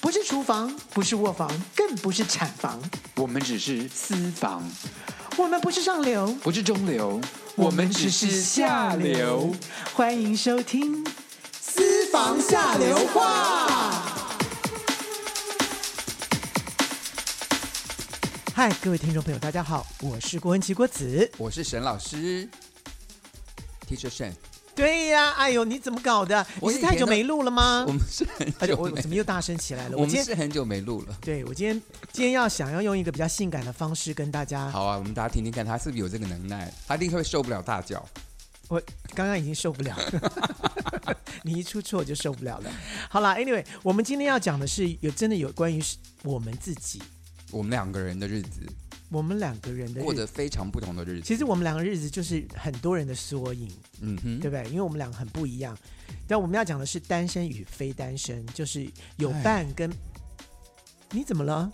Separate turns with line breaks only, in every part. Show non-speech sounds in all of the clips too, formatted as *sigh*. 不是厨房，不是卧房，更不是产房，
我们只是私房，
我们不是上流，
不是中流，
我们只是下流。欢迎收听《私房下流话》。嗨，各位听众朋友，大家好，我是郭文琪郭子。
我是沈老师，Teacher Shen。
对呀、哎呦，你怎么搞的？你
我
是
以前
太久
都
没录了吗
我？们是很
嗯而且
*laughs* 久
我
没
怎，么又大声起来了？
我
我
们
今天
是很久没录了。
对我今天今天要想要用一个比较性感的方式跟大家，
好啊，我们大家听听看，他是不是有这个能耐？他一定会受不了大叫。
我刚刚已经受不了了， *laughs* 你一出错我就受不了了。好啦 a n y w a y 我们今天要讲的是有真的有关于是我们自己，
我们两个人的日子
我们两个人的
过
日
着
子。
非常不同的日子。
其实我们两个日子就是很多人的缩影，
嗯哼，
对不对？因为我们两个很不一样。但我们要讲的是单身与非单身，就是有
哎
伴跟。你怎么了？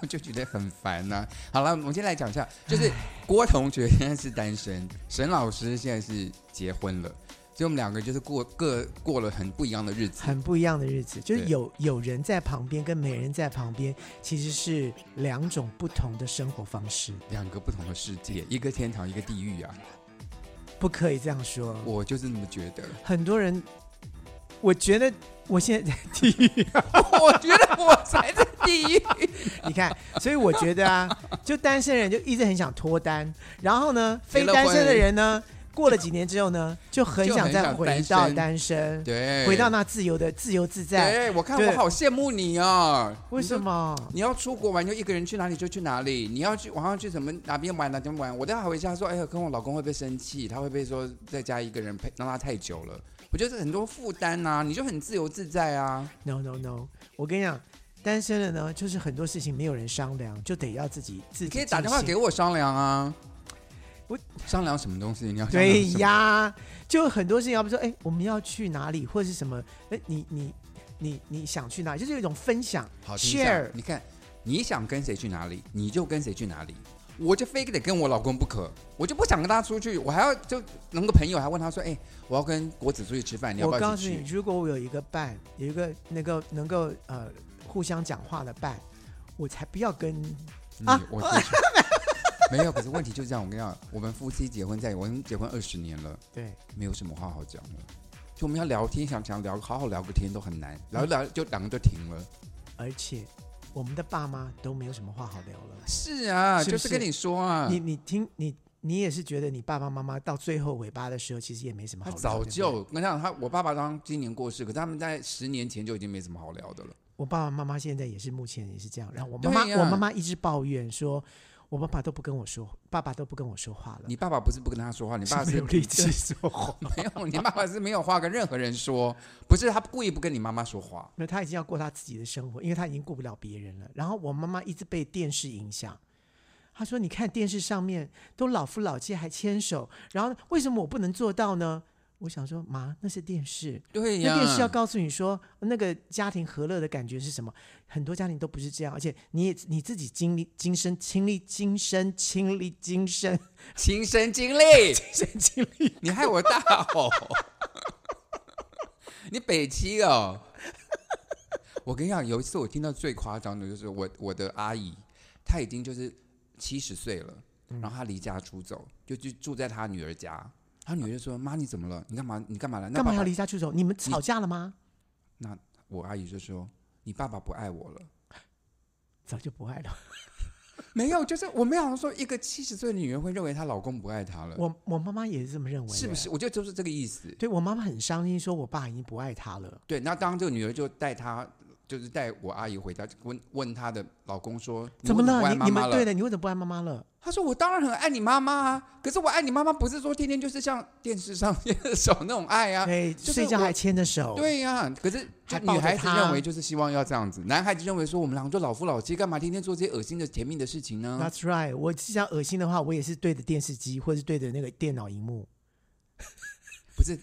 我 *laughs* 就觉得很烦呐、好了，我们先来讲一下，就是郭同学现在是单身，沈老师现在是结婚了，所以我们两个就是过各过了很不一样的日子。
很不一样的日子，就是
对
有有人在旁边跟没人在旁边，其实是两种不同的生活方式，
两个不同的世
嗯
界，一个天堂，一个地狱啊！
不可以这样说。
我就是这么觉得。 *laughs*
很多人，我觉得我现在 *laughs* 地狱，
我觉得我才是地
*laughs*
狱。
你看，所以我觉得
*laughs*
啊，就单身人就一直很想脱单，然后呢，非
结了
单
婚
身的人呢，过了几年之后呢，就很
就
想
很
再
想
回
单
到
身
单身，
对，
回到那自由的自由自在。
对，我看
对
我好羡慕你哦。
为什
么？
么？
你要出国玩就一个人去哪里就去哪里，你要去晚上去什么哪边玩哪边玩，我都要回家说，哎呀，跟我老公会不会生气？他会不会说在家一个人陪让他太久了？我觉得这很多负担呐、你就很自由自在啊。
No no no！我跟你讲，单身了呢，就是很多事情没有人商量，就得要自己自己
你可以打电话
进行
给我商量啊。
我
商量什么东西？你要商量
对
什么，
呀，就很多事情，要不说哎、我们要去哪里，或者是什么？哎、你你你你想去哪里？就是有一种分享
好听一下
share。
你看，你想跟谁去哪里，你就跟谁去哪里。我就非得跟我老公不可，我就不想跟他出去，我还要就弄个朋友，还问他说，哎、我要跟国子出去吃饭，你要
我
不要
告
一
诉
起
你
去？，
如果我有一个伴，有一个能够能够呃互相讲话的伴，我才不要跟
你
啊
嗯我自己 *laughs* 没有，可是问题就这样。我跟你讲，我们夫妻结婚在，我们结婚二十年了，
对
没有什么话好讲了。就我们要聊天，想想聊，好好聊个天都很 *laughs* 难，聊一聊就两个就停了。
而且我们的爸妈都没有什么话好聊了。
是啊，
是不
就是跟
是
你说啊，
你你听你你也是觉得你爸爸妈妈到最后尾巴的时候，其实也没什么
他
好聊。
早
对不对
就跟你讲，他我爸爸当今年过世，可是他们在十年前就已经没什么好聊的了。
我爸爸妈妈现在也是目前也是这样。然后我妈妈，
对呀
我妈妈一直抱怨说，我爸爸都不跟我说，爸爸都不跟我说话了。
你爸爸不是不跟他说话，你爸爸
是没
是
有力气说话，
没有， *laughs* 你爸爸是没有话跟任何人说，不是他故意不跟你妈妈说话。
那他已经要过他自己的生活，因为他已经顾不了别人了。然后我妈妈一直被电视影响。她说：“你看电视上面都老夫老妻还牵手，然后为什么我不能做到呢？”我想说，妈，那是电视，
对哎呀，
那电视要告诉你说，那个家庭和乐的感觉是什么？很多家庭都不是这样，而且你也你自己经历、今生亲历、今生亲历、今生 *laughs*
亲身经历。 *laughs*
亲身经历。
你害我大吼！ *laughs* 你北七哦！我跟你讲，有一次我听到最夸张的就是我我的阿姨，她已经就是七十岁了，
嗯
然后她离家出走，就就住在她女儿家。她女儿就说：“妈，你怎么了？你干嘛？你干嘛了？那
干
爸
嘛
爸
要离家出走？你们吵架了吗？
那我阿姨就说：“你爸爸不爱我了。”
早就不爱了。
没有，就是我没想说一个七十岁的女人会认为她老公不爱她了，
我我妈妈也是这么认为，
呃
啊
是不？是？我觉得就是这个意思。
对我妈妈很伤心，说我爸已经不爱她了。
对，那当这个女儿就带她，就是带我阿姨回家，问问她的老公说：“你
怎么
为什不
了？
爱
你
妈
你
妈
们对
了
的，你为什么不爱妈妈了？？”
她说：“我当然很爱你妈妈啊，可是我爱你妈妈不是说天天就是像电视上面的手那种爱啊。”
对，
就是
睡觉
我
还牵着手。，
对啊呀、可是就
还抱
女
着
孩子
她
认为就是希望要这样子，男孩子认为说我们两个就老夫老妻，干嘛天天做这些恶心的甜蜜的事情呢？
That's right。我想恶心的话，我也是对着电视机或是对着那个电脑荧幕。
不是，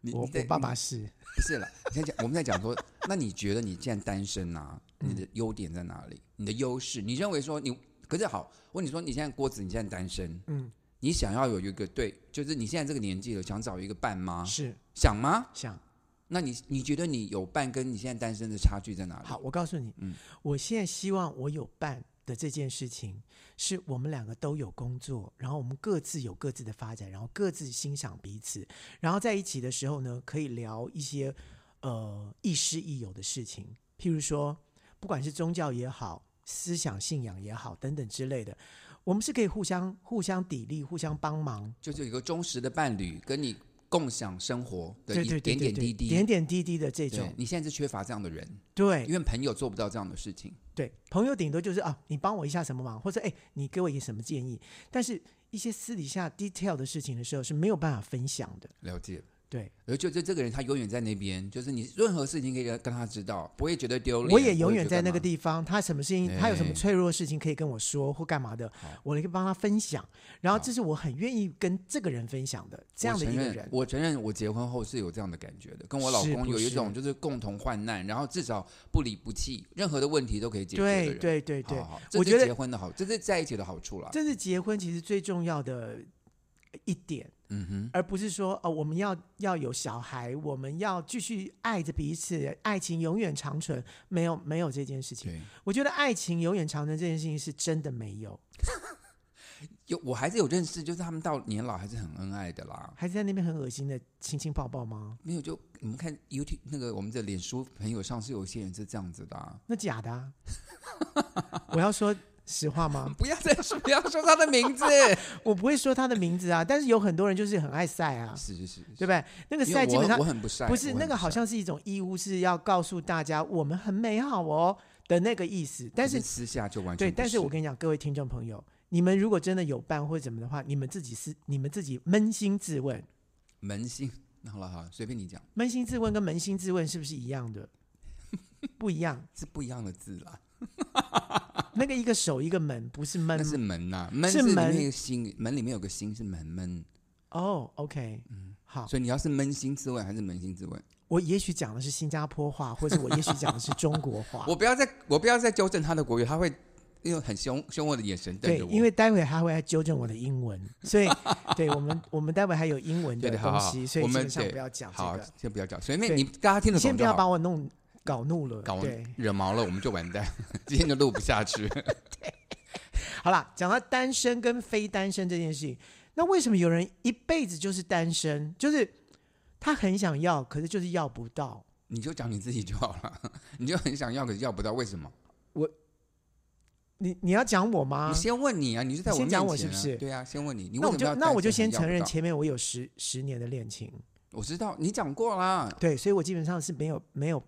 你
我
你在
我爸
你
爸是。
不是啦，你在讲，我们在讲说，那你觉得你既然单身啊，你
嗯
的优点在哪里？你的优势？你认为说你，可是好，我跟你说，你现在郭子，你现在单身，
嗯
嗯，你啊想要有一个对，就是你现在这个年纪了，想找一个伴吗？
是
想吗？
想，
那你你觉得你有伴跟你现在单身的差距在哪里？
好，，我告诉你，
嗯
我现在希望我有伴的这件事情，是我们两个都有工作，然后我们各自有各自的发展，然后各自欣赏彼此，然后在一起的时候呢，可以聊一些呃亦师亦友的事情，譬如说，不管是宗教也好，思想信仰也好，等等之类的，我们是可以互相互相砥砺、互相帮忙，
就是有一个忠实的伴侣跟你共享生活的
对
一
对对
点
对
点
对，
滴滴。
点点滴滴的这
对
种，
你现在是缺乏这样的人，
对
因为朋友做不到这样的事情。
对，朋友顶多就是啊，你帮我一下什么忙，或者哎，你给我一个什么建议。但是一些私底下 detail 的事情的时候是没有办法分享的。
了解。
对，
而就这这个人，他永远在那边，就是你任何事情可以跟他知道，不会觉得丢脸。
我
不
也
会
永
啊觉
远
得
在那个
干嘛
地方，他什么事情，他有什么
哎
脆弱的事情可以跟我说或干嘛的，我可以帮他分享。然后这是我很愿意跟这个人分享的这样的一个
我承认
人，。
我承认，我结婚后是有这样的感觉的，跟我老
是
公
不
有一
是
种就是共同患难，然后至少不离不弃，任何的问题都可以解决的
对
人。
对对对
好，好，这
我
是
觉得
结婚的好，这是在一起的好处了。
这是结婚其实最重要的一点。
嗯哼，
而不是说哦，我们要要有小孩，我们要继续爱着彼此，爱情永远长存。没有没有这件事情，
对，
我觉得爱情永远长存这件事情是真的没有，
有我还是有认识，就是他们到年老还是很恩爱的啦。
还是在那边很恶心的亲亲抱抱吗？
没有，就你们看 YouTube 那个我们的脸书朋友上是有些人是这样子的、啊。
那假的、啊，
*laughs*
我要说实话吗？
不要再说，不要说他的名
*laughs*
字。
我不会说他的名字啊，但是有很多人就是很爱晒啊，
是是是，是
对不对？那个
因
晒
为
基
我
本上
我很不晒，
不是
我很
那个，
晒
好像是一种义务，是要告诉大家我们很美好哦的那个意思，但
可
是
是私下就完全
对，
不
但是我跟你讲，各位听众朋友，你们如果真的有伴或者怎么的话，你们自己是你们自己扪心自问，
扪心，那好了好了，随便你讲，
扪心自问跟扪心自问是不是一样
*laughs*
的？不一样，
是不一样的字啦。
那个一个手一个门，不是闷
那是门呐、门
是
是里
门
面有心，门里面有个心是门闷，
哦。OK，好，
嗯所以你要是扪心自问还是扪心自问，。
我也许讲的是新加坡话，或者我也许讲的是中国话
*laughs* 我不要再我不要再纠正他的国语，他会用很凶凶恶的眼神瞪
对
着，我。
因为待会还会来纠正我的英文，所以对我们我们待会还有英文的
对对
东西，
好好好
所以
我
基
们
本上
对
不要讲这
好
个，，
先不要讲，随便
对
你大家听得
你先
懂
不
就
要把
好。
我弄搞怒了。
搞
对，
惹毛了我们就完蛋， *laughs* 今天就录不下去。 *laughs*
好啦，讲到单身跟非单身这件事情，那为什么有人一辈子就是单身？就是他很想要，可是就是要不到。
你就讲你自己就好了， *laughs* 你就很想要，可是要不到，为什么？
你你要讲我吗
你？先问你啊，你就在
你
我
先
面前、
讲
啊，
我是不是
对啊，先问你，你为
那我
什么
就
要
那我就
单身
先
还
承
要
认
不到
前面我有十十年的恋情，
我知道你讲过啦，
对，所以我基本上是没有没有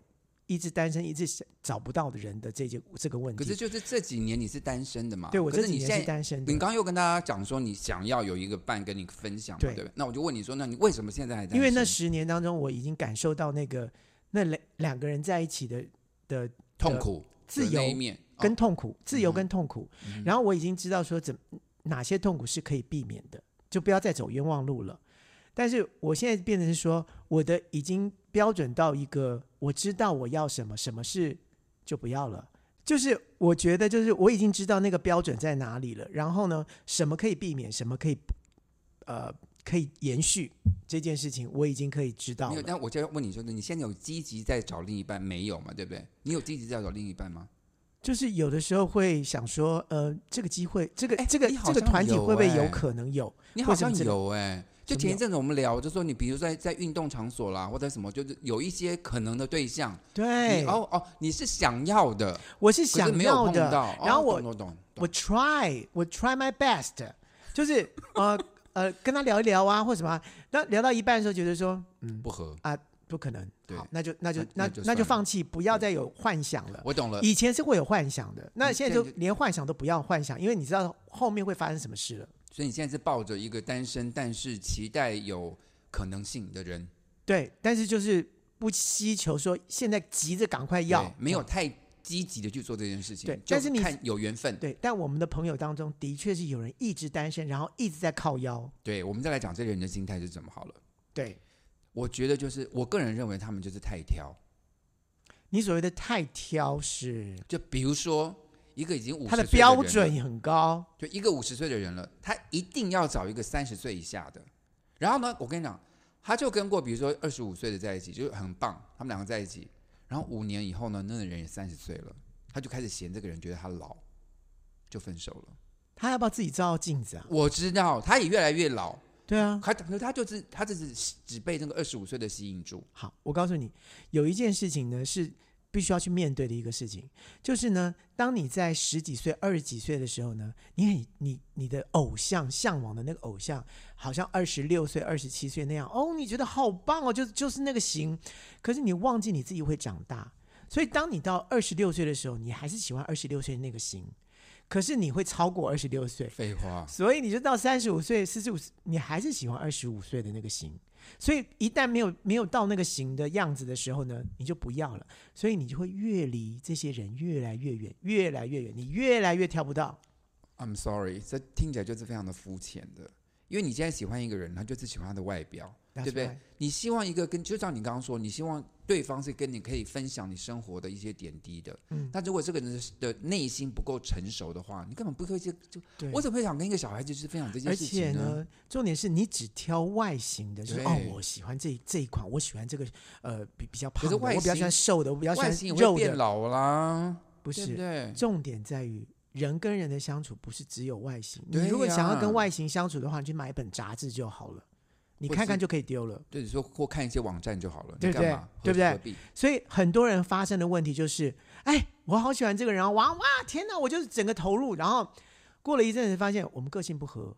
一直单身一直想找不到的人的这件这个问
可是
题。
就是这几年你是单身的嘛？
对我
可
这
是
几
你
年
现
是
在。
单身
你
的，
刚刚又跟大家讲说你想要有一个伴跟你分享嘛，
对
对不对？那我就问你说，那你为什么现在还单身？
因为那十年当中我已经感受到那个那两两个人在一起的的
痛苦
自
的那
由
一面
跟
哦
痛苦，自由
嗯哼
跟痛苦。
嗯
然后我已经知道说怎哪些痛苦是可以避免的，就不要再走冤枉路了。但是我现在变成是说，我的已经标准到一个我知道我要什么，什么是就不要了。就是我觉得，就是我已经知道那个标准在哪里了。然后呢，什么可以避免，什么可以呃可以延续这件事情，我已经可以知道
没有，
了。
那我就要问你说，你现在有积极在找另一半没有嘛？对不对？你有积极在找另一半吗？
就是有的时候会想说，呃，这个机会，这个、
哎
这个
你
这
好
个
像
团体
有
会不会
哎
有可能有？
你好
为
像
什么这个
有哎、
什
就
么
前一
有
阵子我们聊，就说你比如在在运动场所啦，或者什么，就是有一些可能的对象，
对，
你哦哦，你是想要的，
我是
可是
哎想
没有
要
碰
的，
到。
然后
哦
我
懂懂懂懂
我 try，我 try my best，就是 *laughs* 呃呃跟他聊一聊啊，或什么啊、那聊到一半的时候，觉得说嗯
不合，
不可能，
对
好，那就那就
那
那
那就
那
算
就
了
放弃，不要再有幻想了。
我懂了。
以前是会有幻想的，那
你
现在
现
就
在就
连幻想都不要幻想，因为你知道后面会发生什么事了。
所以你现在是抱着一个单身，但是期待有可能性的人，
对，但是就是不希求说现在急着赶快要
对，没有太积极的去做这件事情。
对
就
但是你
看有缘分。
对，但我们的朋友当中的确是有人一直单身，然后一直在靠腰。
对，我们再来讲这个人的心态是怎么好了。
对
我觉得就是我个人认为他们就是太挑，
你所谓的太挑是，
就比如说一个已经五十
他
岁
的
人
标
了
准也很高。
就一个五十岁的人了，他一定要找一个三十岁以下的。然后呢，我跟你讲，他就跟过比如说二十五岁的在一起，就是很棒，他们两个在一起，然后五年以后呢，那个人也三十岁了，他就开始嫌这个人觉得他老，就分手了。
他要不要自己照镜子啊？
我知道他也越来越老，
对啊，
他他就是他只是只被那个二十五岁的吸引住，
好，我告诉你，有一件事情呢是必须要去面对的一个事情，就是呢，当你在十几岁、二十几岁的时候呢，你很你你的偶像向往的那个偶像，好像二十六岁、二十七岁那样，哦，你觉得好棒哦，就就是那个型，可是你忘记你自己会长大，所以当你到二十六岁的时候，你还是喜欢二十六岁的那个型，可是你会超过二十六岁，
废话，
所以你就到三十五岁、四十五，你还是喜欢二十五岁的那个型。所以一旦没有没有到那个型的样子的时候呢，你就不要了。所以你就会越离这些人越来越远，越来越远，你越来越跳不到。
I'm sorry，这听起来就是非常的肤浅的，因为你现在喜欢一个人，他就是喜欢他的外表，
That's
对不对
right？
你希望一个跟，就像你刚刚说，你希望对方是跟你可以分享你生活的一些点滴的。
嗯
那如果这个人的的内心不够成熟的话，你根本不会去。就
对
我怎么会想跟一个小孩子去分享这
而
件事
且
情呢？
呢，重点是你只挑外形的，就是哦
对，
我喜欢这这一款，我喜欢这个呃比比较
可
胖
是
的，
外
我比较喜欢瘦的，我比较喜
外
欢
形也
肉
会变
的，
老啦，
不
对不
是。
对？
重点在于人跟人的相处不是只有外形。你
对
如果想要
呀
跟外形相处的话，你去买一本杂志就好了，你
或
看
是
看就可以丢了。
对，你说或看一些网站就好了，
对
你
不对
干嘛？何
对不对
何必
所以很多人发生的问题就是，哎，我好喜欢这个人啊，哇哇，天哪，我就是整个投入，然后过了一阵子发现我们个性不合，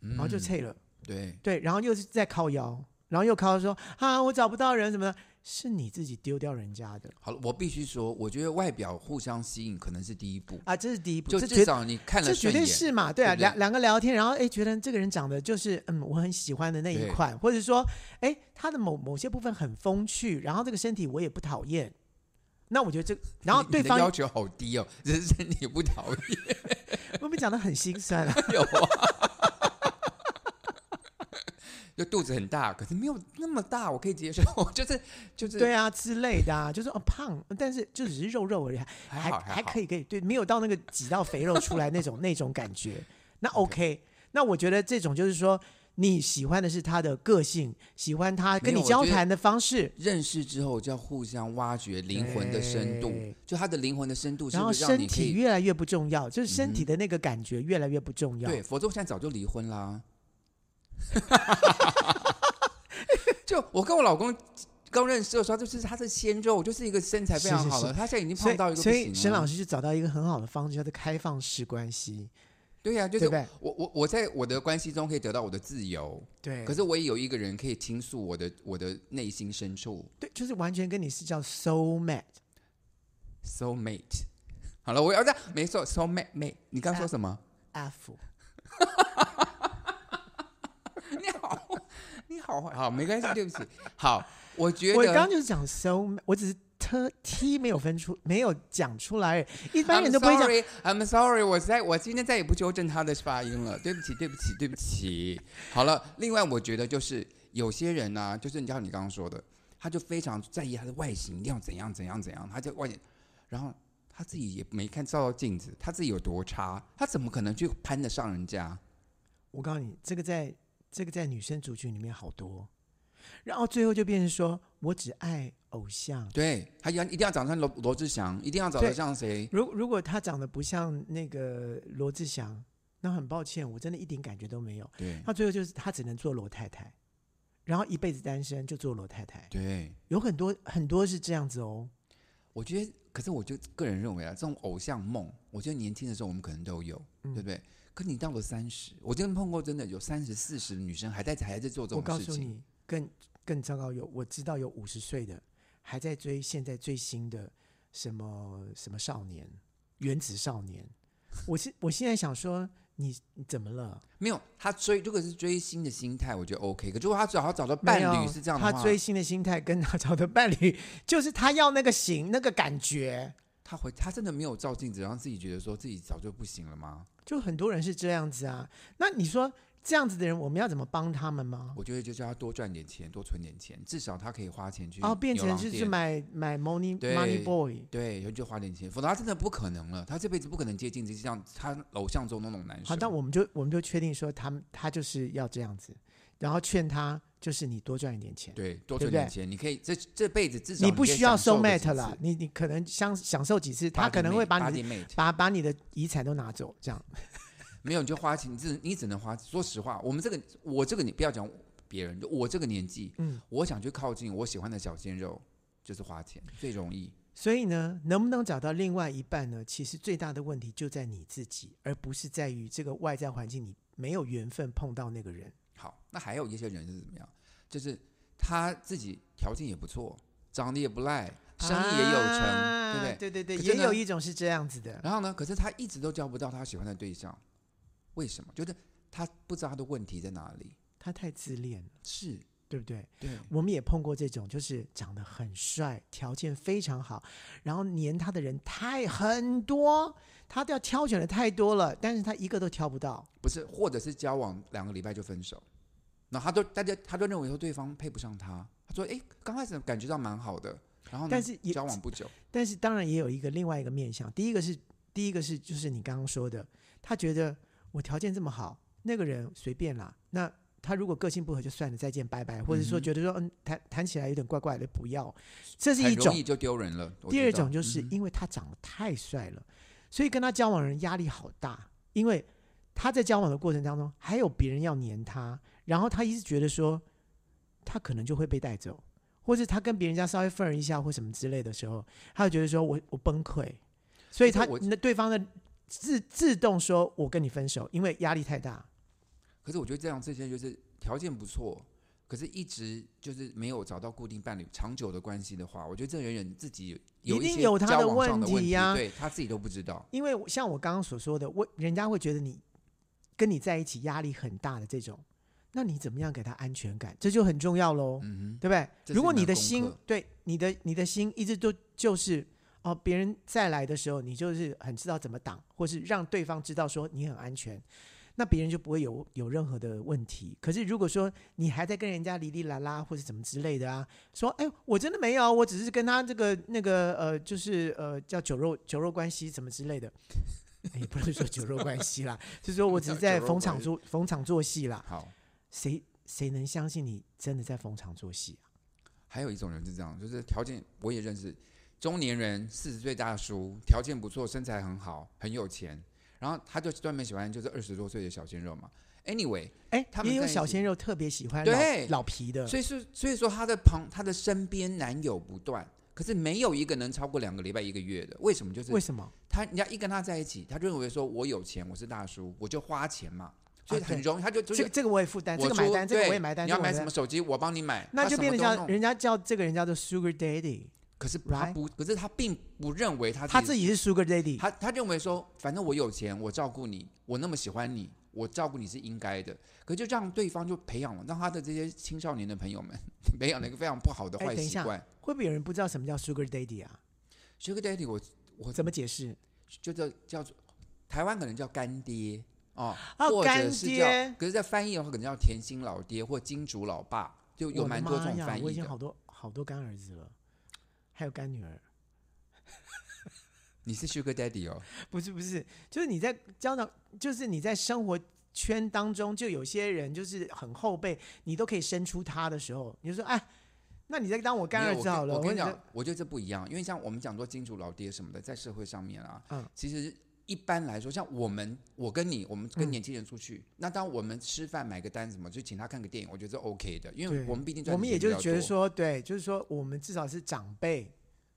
嗯
然后就退了，
对，
对，然后又是在靠腰，然后又靠腰说啊，我找不到人什么的，是你自己丢掉人家的
好了，我必须说，我觉得外表互相吸引可能是第一步，
啊，这是第一步，
就
这
至
绝
少你看了
这绝
顺
对
眼，
是嘛，对啊，
对不对
两两个聊天，然后哎，觉得这个人长得就是嗯，我很喜欢的那一
对
款，或者说哎，他的某某些部分很风趣，然后这个身体我也不讨厌，那我觉得这，然后
你
对
你的
方
要求好低哦，人生你也不讨厌
会不会讲的很心酸
*laughs*
啊？
有啊。 *laughs* 就肚子很大，可是没有那么大，我可以接受。就是就是，
对啊之类的啊，就是哦胖，但是就只是肉肉而已，还
还好
还可
以。
以可以，对，没有到那个挤到肥肉出来那种那种感觉，那 OK，那我觉得这种就是说你喜欢的是他的个性，喜欢他跟
没
你
有我
交
觉得
谈的方式，
认识之后就要互相挖掘灵魂的深度
对，
就他的灵魂的深度是
然后
不是让
身
你可
体
以嗯
越来越不重要，就是身体的那个感觉越来越不重要。
对，否则我现在早就离
*laughs*
婚啦。就我跟我老公刚认识的时候，他就是他是鲜肉，就是一个身材非常
是是
好的，他现在已经
所
胖到一
以，
个不
所以
行啊
沈老
了。
师就找到一个很好的方式，叫做开放式关系，
对呀、就
对
是
不对？
我我我在我的关系中可以得到我的自由，
对，
可是我也有一个人可以倾诉我的我的内心深处
对，就是完全跟你是叫 soul mate，
，soul mate。好 *laughs* 了，我要在没错，soul mate mate。你刚说什么？
F，
你好，你好坏，好没关系，对不起。好，我觉
我刚刚
得
就是讲 soul，mate，我只是特 T 没有分出，没有讲出来而已，一般
I'm
人都不会讲。
sorry, I'm sorry，我再我今天再也不纠正他的发音了，对不起，对不起，对不起。好了，另外我觉得就是有些人呢、就是你像你刚刚说的，他就非常在意他的外形，一定要怎样怎样怎样，他就外形，然后他自己也没看照到镜子，他自己有多差，他怎么可能去攀得上人家？
我告诉你，这个在这个在女生族群里面好多，然后最后就变成说我只爱偶像。
对他一定要一定要长得像罗罗志祥，一定要长
对
得像谁？
如如果他长得不像那个罗志祥，那很抱歉，我真的一点感觉都没有。
对
他最后就是他只能做罗太太，然后一辈子单身就做罗太太，
对，
有很多很多是这样子哦。
我觉得，可是我就个人认为啊，这种偶像梦，我觉得年轻的时候我们可能都有，
嗯
对不对？可你到了三十，我真的碰过，真的有三十四十的女生还在还在做这
我告
种事
诉
情。
你，更更糟糕有，我知道有五十岁的还在追现在最新的什么什么少年，原子少年。我现我现在想说，你你怎么了？
没有，他追如果是追星的心态，我觉得 OK。可如果他找他找到
没
伴
有
侣是这样的话，
他追星的心态跟他找的伴侣， *laughs* 就是他要那个型那个感觉。
他回他真的没有照镜子，然后自己觉得说自己早就不行了吗？
就很多人是这样子啊。那你说这样子的人，我们要怎么帮他们吗？
我觉得就叫他多赚点钱，多存点钱，至少他可以花钱去
哦，变
牛
成
郎
就是
店
买买 money
对
money boy，
对，就就花点钱，否则他真的不可能了，他这辈子不可能接近就像他偶像中那种男生。
好，那我们就我们就确定说他们他就是要这样子，然后劝他就是你多赚一点钱。
对，多
对不对
存点钱，你可以这这辈子至少
你不
可以
需要
享受
soul
个
mate
几
啦
次，
你你可能享享受几次，他
Body
可能会
mate-
把你
body mate
把把你的遗产都拿走，这样
没有，你就花钱，你只你只能花。说实话，我们这个我这个你不要讲别人，我这个年纪，
嗯，
我想去靠近我喜欢的小鲜肉，就是花钱最容易。
所以呢，能不能找到另外一半呢？其实最大的问题就在你自己，而不是在于这个外在环境，你没有缘分碰到那个人。
好，那还有一些人是怎么样？就是他自己条件也不错，长得也不赖，生意也有成，
啊
对不对？
对对
可是
也
呢
有一种是这样子的。
然后呢，可是他一直都交不到他喜欢的对象，为什么？就是他不知道他的问题在哪里。
他太自恋了，
是，
对不对？
对，
我们也碰过这种，就是长得很帅，条件非常好，然后黏他的人太很多，他都要挑选的太多了，但是他一个都挑不到。
不是，或者是交往两个礼拜就分手，然后他都大家他都认为说对方配不上他，他说哎，刚开始感觉到蛮好的，然后呢，
但是也
交往不久，
但是当然也有一个另外一个面向，第一个是第一个是就是你刚刚说的，他觉得我条件这么好，那个人随便啦，那他如果个性不合就算了，再见拜拜，或者说
嗯哼
觉得说嗯谈谈起来有点怪怪的，不要，这是
很
一
容
种
易。就丢人了。我
第
知
二
道
种就是
嗯
因为他长得太帅了，所以跟他交往的人压力好大，因为他在交往的过程当中还有别人要黏他，然后他一直觉得说他可能就会被带走，或者他跟别人家稍微 f 一下或什么之类的时候，他就觉得说我我崩溃，所以
可
他
是我
那对方的自自动说我跟你分手，因为压力太大。
可是我觉得这样这些人就是条件不错，可是一直就是没有找到固定伴侣、长久的关系的话，我觉得这些人自己有
一定
些
有他的
交往上的
问题呀
对他自己都不知道。
因为我像我刚刚所说的，我人家会觉得你跟你在一起压力很大的这种，那你怎么样给他安全感，这就很重要喽，
嗯
对不对？
这是
如果
一门
你的
功
心
课
对你的你的心一直都就是哦，别人再来的时候，你就是很知道怎么挡，或是让对方知道说你很安全。那别人就不会有有任何的问题。可是如果说你还在跟人家哩哩啦啦或者怎么之类的啊，说哎，我真的没有，我只是跟他这个那个呃，就是呃叫酒肉酒肉关系什么之类的，哎也不是说酒肉关系啦，是说我只是在
酒肉
逢场
关系
作逢场作戏啦
哼，。好，
谁谁能相信你真的在逢场作戏啊？
还有一种人是这样，就是条件我也认识，中年人四十岁大叔，条件不错，身材很好，很有钱，然后他就专门喜欢就是二十多岁的小鲜肉嘛。Anyway，
哎
他，们
也有
在一
小
起
鲜肉特别喜欢老
对
老皮的，
所以是所以说他的旁他的身边男友不断，可是没有一个能超过两个礼拜一个月的，为什么？就是
为什么？
他人家一跟他在一起，他认为说我有钱，我是大叔，我就花钱嘛，所以
啊
很
对
容易他就就
这
是
个这个我也负担，
我
这个买
出
单，这个
对
我也买单，
你
这
要
个我
买
也
什么
单？
手机，我帮你买，
那
他
就
什
变
么
成
都
叫
弄
人家叫这个人叫做 Sugar Daddy，
可是他
right？
不，可是他并不认为他
他
自
自
己
己是 Sugar Daddy，
他他认为说，反正我有钱，我照顾你，我那么喜欢你，我照顾你是应该的。可就让对方就培养了，让他的这些青少年的朋友们 *laughs* 培养了一个非常不好的
哎
坏
等一
习
下
惯。
会不会有人不知道什么叫 Sugar Daddy 啊？
Sugar Daddy，我我
怎么解释？
就叫叫做台湾可能叫干爹哦，
哦
或
干
者是叫
爹，
可是，在翻译的话可能叫甜心老爹或金主老爸，就有
我的
蛮多
妈
种
呀
翻
我
译
已经
的。
好多好多干儿子了，还有干女儿。
你是 Sugar Daddy 哦，
不是不是，就是你在教导，就是你在生活圈当中，就有些人就是很后辈，你都可以生出他的时候，你就说哎，那你再当我干
没
儿
有
子好了。
我跟我跟你
或
讲
者，
我觉得这不一样，因为像我们讲说金主老爹什么的，在社会上面啊，
嗯
其实一般来说，像我们，我跟你，我们
嗯
跟年轻人出去，那当我们吃饭买个单什么，就请他看个电影，我觉得是 OK 的，因为
对
我们毕竟
我
赚的
们
钱
也就
比
是
较
觉得
多
说，对，就是说我们至少是长辈，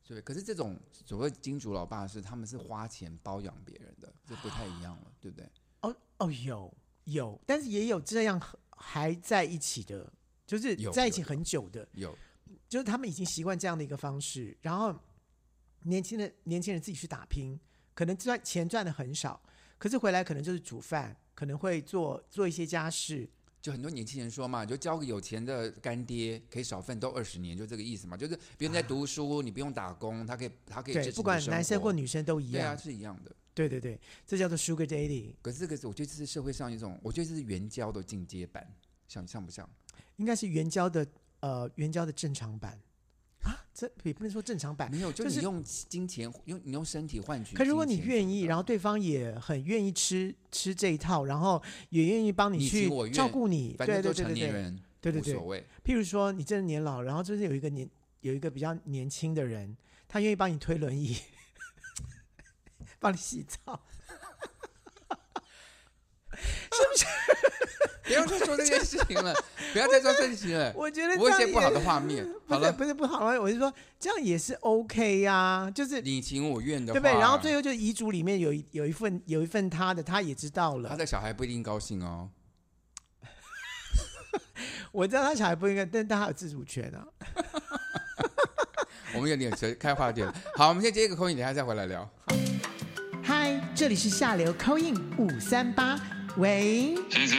对，可是这种所谓金主老爸是他们是花钱包养别人的，这不太一样了，对不对？
哦哦，有有，但是也有这样还在一起的，就是
有
在一
有
起很久的，
有，
就是他们已经习惯这样的一个方式，然后年轻的年轻人自己去打拼，可能赚钱赚的很少，可是回来可能就是煮饭，可能会做做一些家事，
就很多年轻人说嘛，就交个有钱的干爹，可以少奋斗二十年，就这个意思嘛。就是别人在读书，你不用打工，他可以他可以支持
啊对，
你
不管
生
男生
活
或女生都一
对啊，
样，
是一样的。
对对对，这叫做 sugar daddy，
可是这个是我觉得这是社会上一种，我觉得这是援交的进阶版，像像不像？
应该是援交的呃援交的正常版啊，这也不能说正常版，
没有，就
哎就是
你用金钱，用你用身体换取金钱什么的。
可如果你愿意，然后对方也很愿意吃吃这一套，然后也愿意帮
你
去
情我愿
照顾你，
反
对
正
对
都
对对
成年
对，
人，
对对
无
对
所，谓。
譬如说你真的年老，然后就是有一个年有一个比较年轻的人，他愿意帮你推轮椅， *laughs* 帮你洗澡，
不要再说这件事情
*laughs*
了，不要再做这件事情了。
我觉得
我
这
有一
样
些
也
不好的
*laughs*
画面。
不
好
是
了，
不是不好了，啊我就说这样也是 OK 呀、就是
你情我愿的
对
话，
不对？然后最后就遗嘱里面有一有一份有一份他的，他也知道
他
了。
的小孩不一定高兴哦。
我知道他小孩不应该，但但他有自主权啊。
我们有点扯 *laughs* 开话题了。好，我们先接一个口音，等一下再回来聊。
嗨，这里是下流 c o i n 五三八，喂，
先生，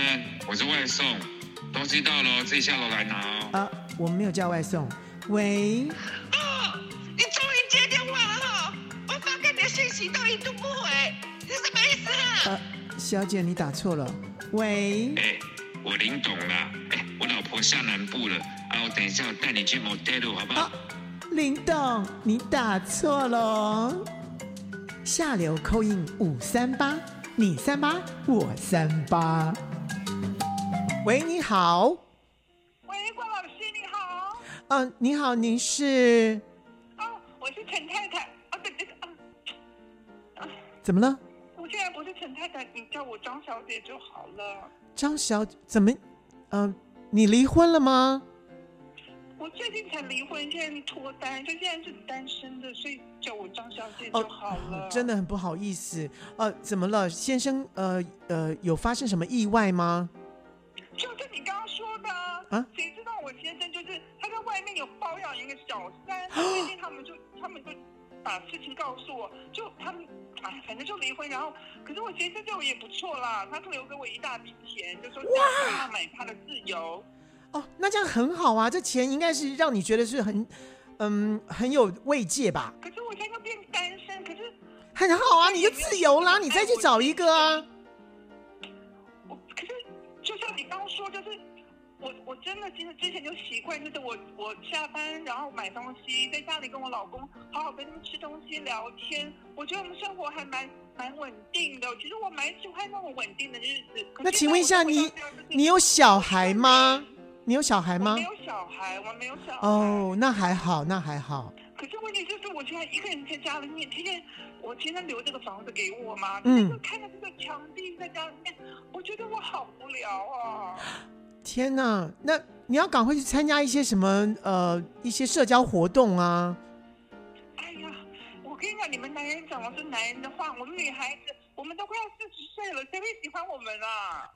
我是外送，东西到了哦自己下楼来拿哦。
呃，我们没有叫外送，喂，
哦，你终于接电话了哈、我发给你的信息都一度不回，你什么意思啊？
呃，小姐你打错了，喂，
哎、我林董啦，哎、我老婆下南部了，啊，我等一下我带你去 motel 好不好？
啊，林董你打错了哦，下流 c o i n 五三八，你三八我三八，喂，你好，
喂，郭老师你好，
嗯、你好，您是
哦，我是陈太太，啊对对，啊，
怎么了？
我现在不是陈太太，你叫我张小姐就好了。
张小姐怎么，嗯、你离婚了吗？
我最近才离婚，现在脱单，就现在是单身的，所以叫我张小姐
哦
就好了。
真的很不好意思，呃，怎么了，先生？呃呃，有发生什么意外吗？
就是你刚刚说的啊，
啊
谁知道我先生就是他在外面有包养一个小三，最
*gasps*
近他们就他们就把事情告诉我，就他们哎，反正就离婚。然后，可是我先生对我也不错啦，他留给我一大笔钱，就说叫他买他的自由。
哦，那这样很好啊，这钱应该是让你觉得是很，嗯，很有慰藉吧，
可是我现在又变单身，可是
很好啊，你就自由啦，你再去找一个啊。
我可是就像你刚刚说，就是我我真的其实之前就习惯，就是我我下班然后买东西，在家里跟我老公好好跟他们吃东西聊天，我觉得我们生活还蛮蛮稳定的。其实我蛮喜欢那种稳定的日子。可是
那请问一下
现
你
在我回到家就是，
你有小孩吗？你有小孩
我
吗
没？有小孩，我没有小孩。
哦，那还好，那还好。
可是问题就是，我现在一个人在家里面，天天我天天留这个房子给我嘛，
嗯
就看着这个墙壁在家里面，我觉得我好无聊啊。
天哪，那你要赶快去参加一些什么呃一些社交活动啊。 *clears throat*
哎呀，我跟你讲，你们男人讲的是男人的话，我们女孩子，我们都快要四十岁了，谁会喜欢我们啊？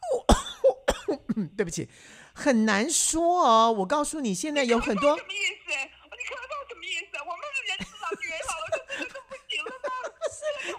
嗯，对不起，很难说哦。我告诉你，现在有很
你
多
什么意思？你渴望什么意思？我们是人之老女人老了，就这个不行了吗？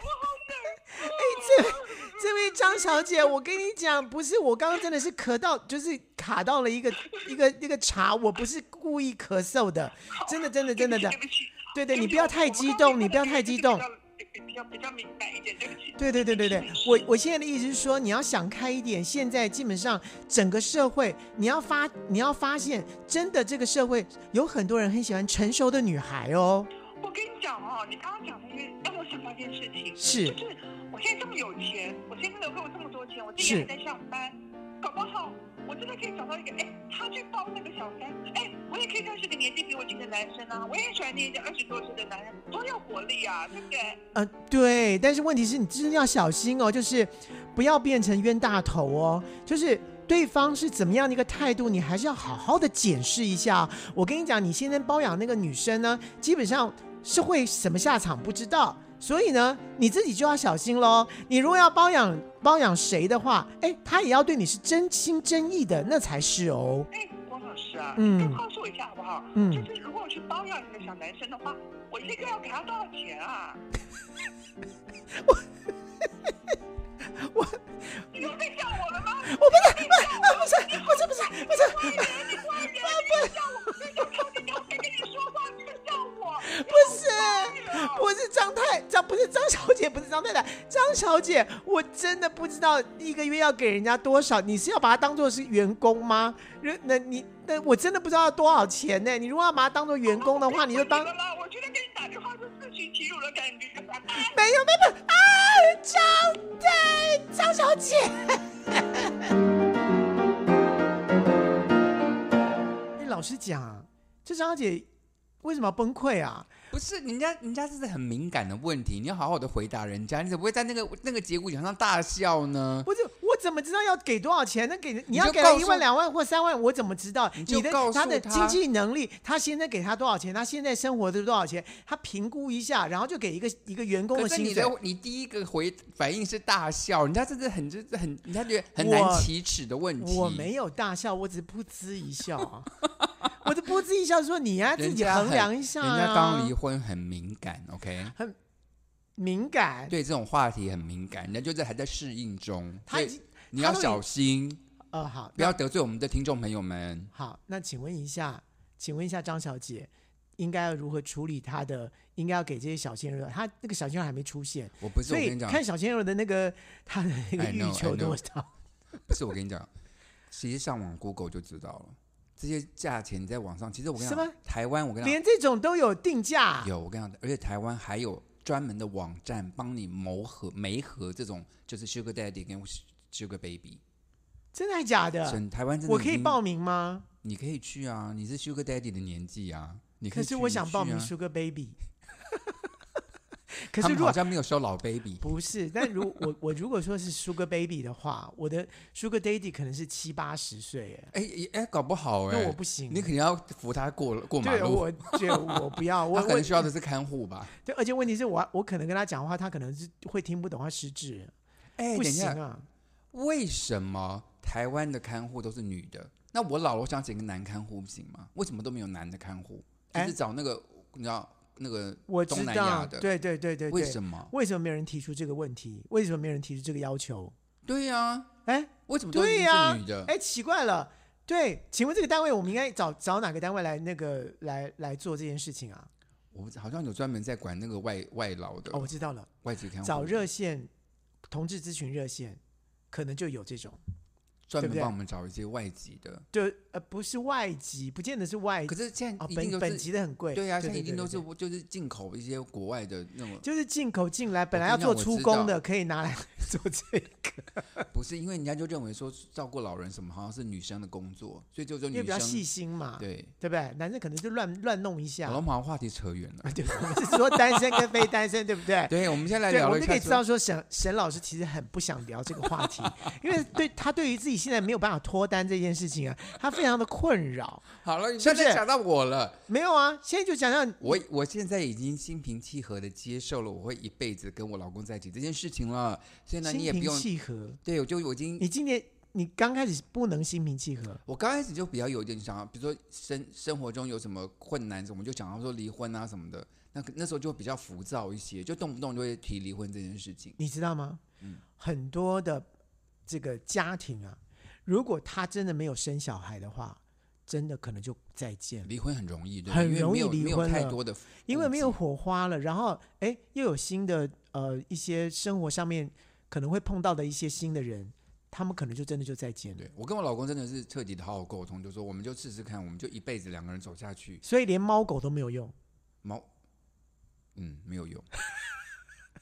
我好难
这这位张小姐，我跟你讲，不是我刚刚真的是咳到，就是卡到了一个一个一个茶，我不是故意咳嗽的， *laughs* 真的真的真的的
对。不起，
对对
对起，
你不要太激动你不要太激动
我刚刚就是比较比较比较敏感一点，对不起。
对对对对对，我我现在的意思是说，你要想开一点。现在基本上整个社会，你要发你要发现，真的这个社会有很多人很喜欢成熟的女孩哦。
我跟你讲哦，你刚刚讲的那个让我想到一件事情，
是
就是我现在这么有钱，我现在留给我这么多钱，我自己
是
还在上班，搞不好我真的可以找到一个，哎，他去包那个小三，哎，我也可以认识个年纪比我轻的男生啊，我也喜欢那些二十多岁的男人，多有活力啊，对不对？
呃，对，但是问题是你真的要小心哦，就是不要变成冤大头哦，就是。对方是怎么样的一个态度，你还是要好好的检视一下哦。我跟你讲，你现在包养那个女生呢，基本上是会什么下场不知道，所以呢，你自己就要小心喽。你如果要包养包养谁的话，哎，他也要对你是真心真意的，那才是哦。
哎，王老师啊，
嗯
你就告诉我一下好不好？
嗯
就是如果我去包养一个小男生的话，我一个月要给他多少钱啊？
*laughs* 我
你又在笑我了吗？
*laughs* 我不是，不是，啊不是，不是，不是，不是。啊
你不会人，你笑我，你就靠近我，跟你说话，你就啊笑我，
不是，不是张太张，不是张小姐，不是张太太，张小姐，我真的不知道一个月要给人家多少，你是要把它当做是员工吗？人那你那我真的不知道要多少钱呢、你如果要把它当做员工的话，你就当
了啦。我觉得跟你打电话是自寻其辱的感觉。
没有没有啊，张太 *laughs* 哎张小姐。实讲，这张姐为什么要崩溃啊？
不是人家，人家这是很敏感的问题，你要好好的回答人家，你怎么会在那个那个节骨眼上大笑呢？
我就我怎么知道要给多少钱？那给你要
就
给了
告
一
诉
万、两万或三万，我怎么知道？
你就
的
告诉
他的
他
经济能力，他现在给他多少钱？他现在生活的多少钱？他评估一下，然后就给一个一个员工
可
的
是
薪
你
水
的。你第一个回反应是大笑，人家这是很这是很，人家觉得很难
我
启齿的问题。
我没有大笑，我只是噗嗤一笑 *laughs* 啊，我就噗嗤一笑说：“你要啊自
人
己
家
衡
很
量一下、啊。”
人家刚离婚很敏感，OK，
敏感，
对这种话题很敏感，人家就在还在适应中，
他
所
已
以
经
你要
他都已
小心，
呃好，
不要得罪我们的听众朋友们。
好，那请问一下，请问一下张小姐，应该要如何处理她的？应该要给这些小鲜肉，她那个小鲜肉还没出现，
我不是
所
我跟
以
你讲，
看小鲜肉的那个她的那个
I
欲
know, I
求多
know
少。
不是我跟你讲，其实上网 Google 就知道了，这些价钱在网上，其实我跟你
是吗
讲，台湾我跟你讲
连这种都有定价，
有，我跟你讲，而且台湾还有专门的网站帮你谋合媒合这种，就是 Sugar Daddy 跟 Sugar Baby，
真的还假的？
真台湾真
啊
的
我可
已
以
经
报，名吗？
你可以去啊，你是 Sugar Daddy 的年纪啊，你
可
以去
是我想报名
你去啊
Sugar
*laughs*
Baby。可
他
是
们
如
好
果
像没有收老 baby，
不是，但如 *laughs* 我我如果说是 Sugar Baby 的话，我的 Sugar Daddy 可能是七八十岁，哎，
哎哎，搞不好哎、
那我不行
你肯定要扶他过过马
对，
路。
我对我不要，我
*laughs* 他可
我
能需要的是看护吧？
对，而且问题是我我可能跟他讲话，他可能是会听不懂，他失智了，
哎、
不
等一
行
下，
啊。
为什么台湾的看护都是女的？那我老了，我想请个男看护不行吗？为什么都没有男的看护？就
哎
是找那个，你知道那个
我
东
知
南亚
道，
的，
对对对对对，
为什么？
为什么没有人提出这个问题？为什么没有人提出这个要求？
对呀、
哎，
为什么都
对
一
呀、
定是女的？
哎，奇怪了，对，请问这个单位我们应该找找哪个单位来那个来来做这件事情啊？
我不知好像有专门在管那个外外劳的、
哦，我知道了，
外籍看护，
找热线同志咨询热线，可能就有这种，
专
对不
门
对
帮我们找一些外籍的。
就呃不是外籍，不见得是外
可是现
啊
在，一定
本
都
本
是
级的很贵，
对呀、现在一
对
定都
对
是
对
就是进口一些国外的那种，
就是进口进来，本来要
跟你
做
讲
出
哦我知
工的，
道
可以拿来 *laughs* 做这个，
不是因为人家就认为说照顾老人什么好像是女生的工作，所以就说
因
女
为
生
比较细心嘛，
对。哦
对不对？男生可能就乱乱弄一下
好了，我，们好像话题扯远
*laughs*
了。
对，我们是说单身跟非单身，对不对？
对，我们现在
对，
聊
我
了
们
一
就
下
可以
说
知道说沈沈老师其实很不想聊这个话题，因为对他对于自己现在没有办法脱单这件事情啊，他非常的困扰。
好了，你
是
现
不是
在讲到我了。
没有啊，现在就讲讲
我我现在已经心平气和的接受了我会一辈子跟我老公在一起这件事情了，所以呢，你
心
也不
平
用
气和。
对，我就我已经
你今年你刚开始不能心平气和，
我刚开始就比较有一点想要，比如说生生活中有什么困难什么，就想要说离婚啊什么的。那那时候就比较浮躁一些，就动不动就会提离婚这件事情。
你知道吗？
嗯
很多的这个家庭啊，如果他真的没有生小孩的话，真的可能就再见了，
离婚很容易，对不对，
很
因为
容
没
易
有
离
没有
婚啊
太
了
多的，
因为没有火花了，然后哎又有新的呃一些生活上面可能会碰到的一些新的人，他们可能就真的就再见了。
对我跟我老公真的是彻底的好好沟通，就说我们就试试看，我们就一辈子两个人走下去。
所以连猫狗都没有用。
猫，嗯，没有 *laughs* 用，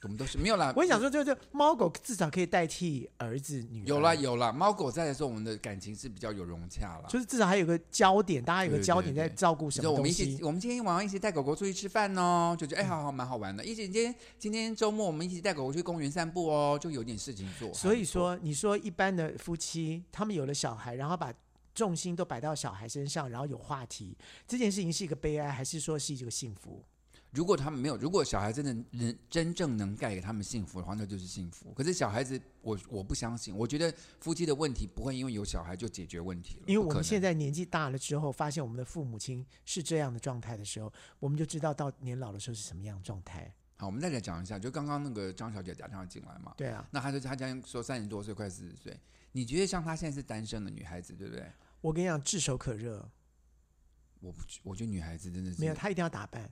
我们都是没有啦。
我想说，就就猫狗至少可以代替儿子女儿，
有啦有啦，猫狗在的时候，我们的感情是比较有融洽啦。
就是至少还有个焦点，大家有个
对对
焦点在
对
照顾
比
什
如说
么
我
东
们一
西
起，。我们今天晚上一起带狗狗出去吃饭哦，就觉得哎，好好蛮好玩的。一起今天今天周末我们一起带狗狗去公园散步哦，就有点事情做。
所
还
以
不错，
说，你说一般的夫妻，他们有了小孩，然后把重心都摆到小孩身上，然后有话题，这件事情是一个悲哀，还是说是一个幸福？
如果他们没有，如果小孩真的能真正能带给他们幸福的话，那就是幸福。可是小孩子，我我不相信，我觉得夫妻的问题不会因为有小孩就解决问题了，
因为
不
我
可
们
能
现在年纪大了之后，发现我们的父母亲是这样的状态的时候，我们就知道到年老的时候是什么样的状态。
好，我们再来讲一下，就刚刚那个张小姐打电话进来嘛，
对啊，
那她就她将说三十多岁，快四十岁。你觉得像她现在是单身的女孩子，对不对？
我跟你讲，炙手可热，
我不，我觉得女孩子真的是，
没有他一定要打扮。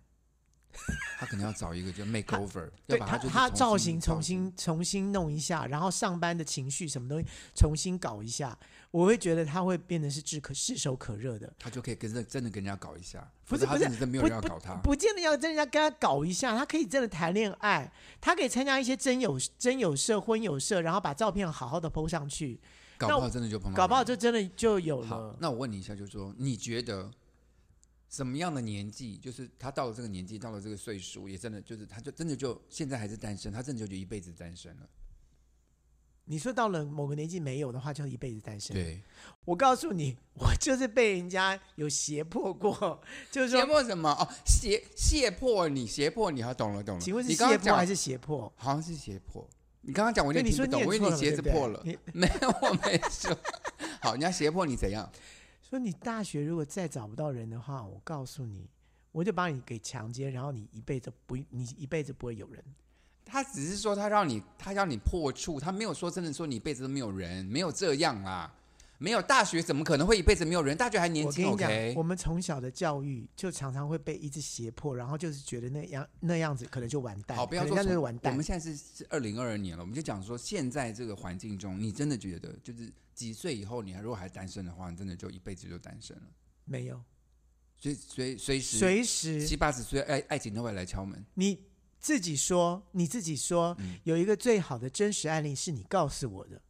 她可能要找一个就 makeover，
对
要把
他，
就是
他
重
造
新
型重新重新弄一下，然后上班的情绪什么东西重新搞一下，我会觉得他会变得是炙可炙手可热的，
她就可以跟着真的跟人家搞一下，
不是
她
不是
真的是没有
不
人要搞她
不，不见得要真的要跟他搞一下，他可以真的谈恋爱，他可以参加一些真友真友社、婚友社，然后把照片好好的 PO 上去，
搞
那我
不好真的就碰到人了，
搞不好就真的就有
嗯好。
了。
那我问你一下，就是说，你觉得什么样的年纪，就是他到了这个年纪，到了这个岁数，也真的就是，他就真的就现在还是单身，他真的就一辈子单身了。
你说到了某个年纪没有的话，就一辈子单身。
对，
我告诉你，我就是被人家有胁迫过，就是
胁
说，
迫什么？哦，胁胁迫你，胁迫你，好，懂了懂了。
请问是
你刚
胁
刚
迫
讲
还是胁迫？
好像是胁迫？你刚刚讲我有
对
点
你
听
说
不懂，
你也
我以为
错
你
了
鞋
对
子
不对
破了
你，
*laughs* 没有，我没说。好，人家胁迫你怎样？
说你大学如果再找不到人的话，我告诉你，我就把你给强奸，然后你一辈子不，你一辈子不会有人。
他只是说他让你，他让你破处，他没有说真的说你一辈子都没有人，没有这样啦，没有大学怎么可能会一辈子没有人？大学还年
我跟
轻
你讲
，OK？
我们从小的教育就常常会被一直胁迫，然后就是觉得那样那样子可能就完蛋，
好，不要
可
说
能
什
那
么
就完蛋。
我们现在是是二零二二年了，我们就讲说现在这个环境中，你真的觉得就是几岁以后，你还如果还单身的话，你真的就一辈子就单身了。
没有，
所以随随时
随时
七八十岁哎爱爱情都会来敲门。
你自己说，你自己说，
嗯
有一个最好的真实案例是你告诉我的。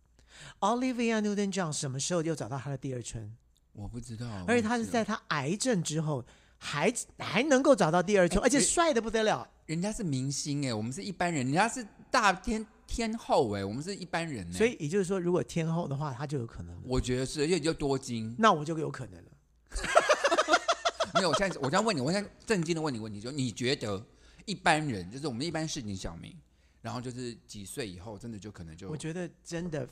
Olivia Newton-John 什么时候又找到她的第二春？
我不知道，
而且
我
她是
只
在她癌症之后还还能够找到第二春，而且
别
帅的不得了。
人家是明星哎，我们是一般人，人家是大天天后哎，我们是一般人哎，
所以也就是说，如果天后的话，她就有可能了。。
我觉得是，而且就多金 *laughs*
那我就有可能了。
没有，我现在我现在问你，我现在震惊的问你问题，就你觉得一般人，就是我们一般市井小民，然后就是几岁以后，真的就可能就，
我觉得真的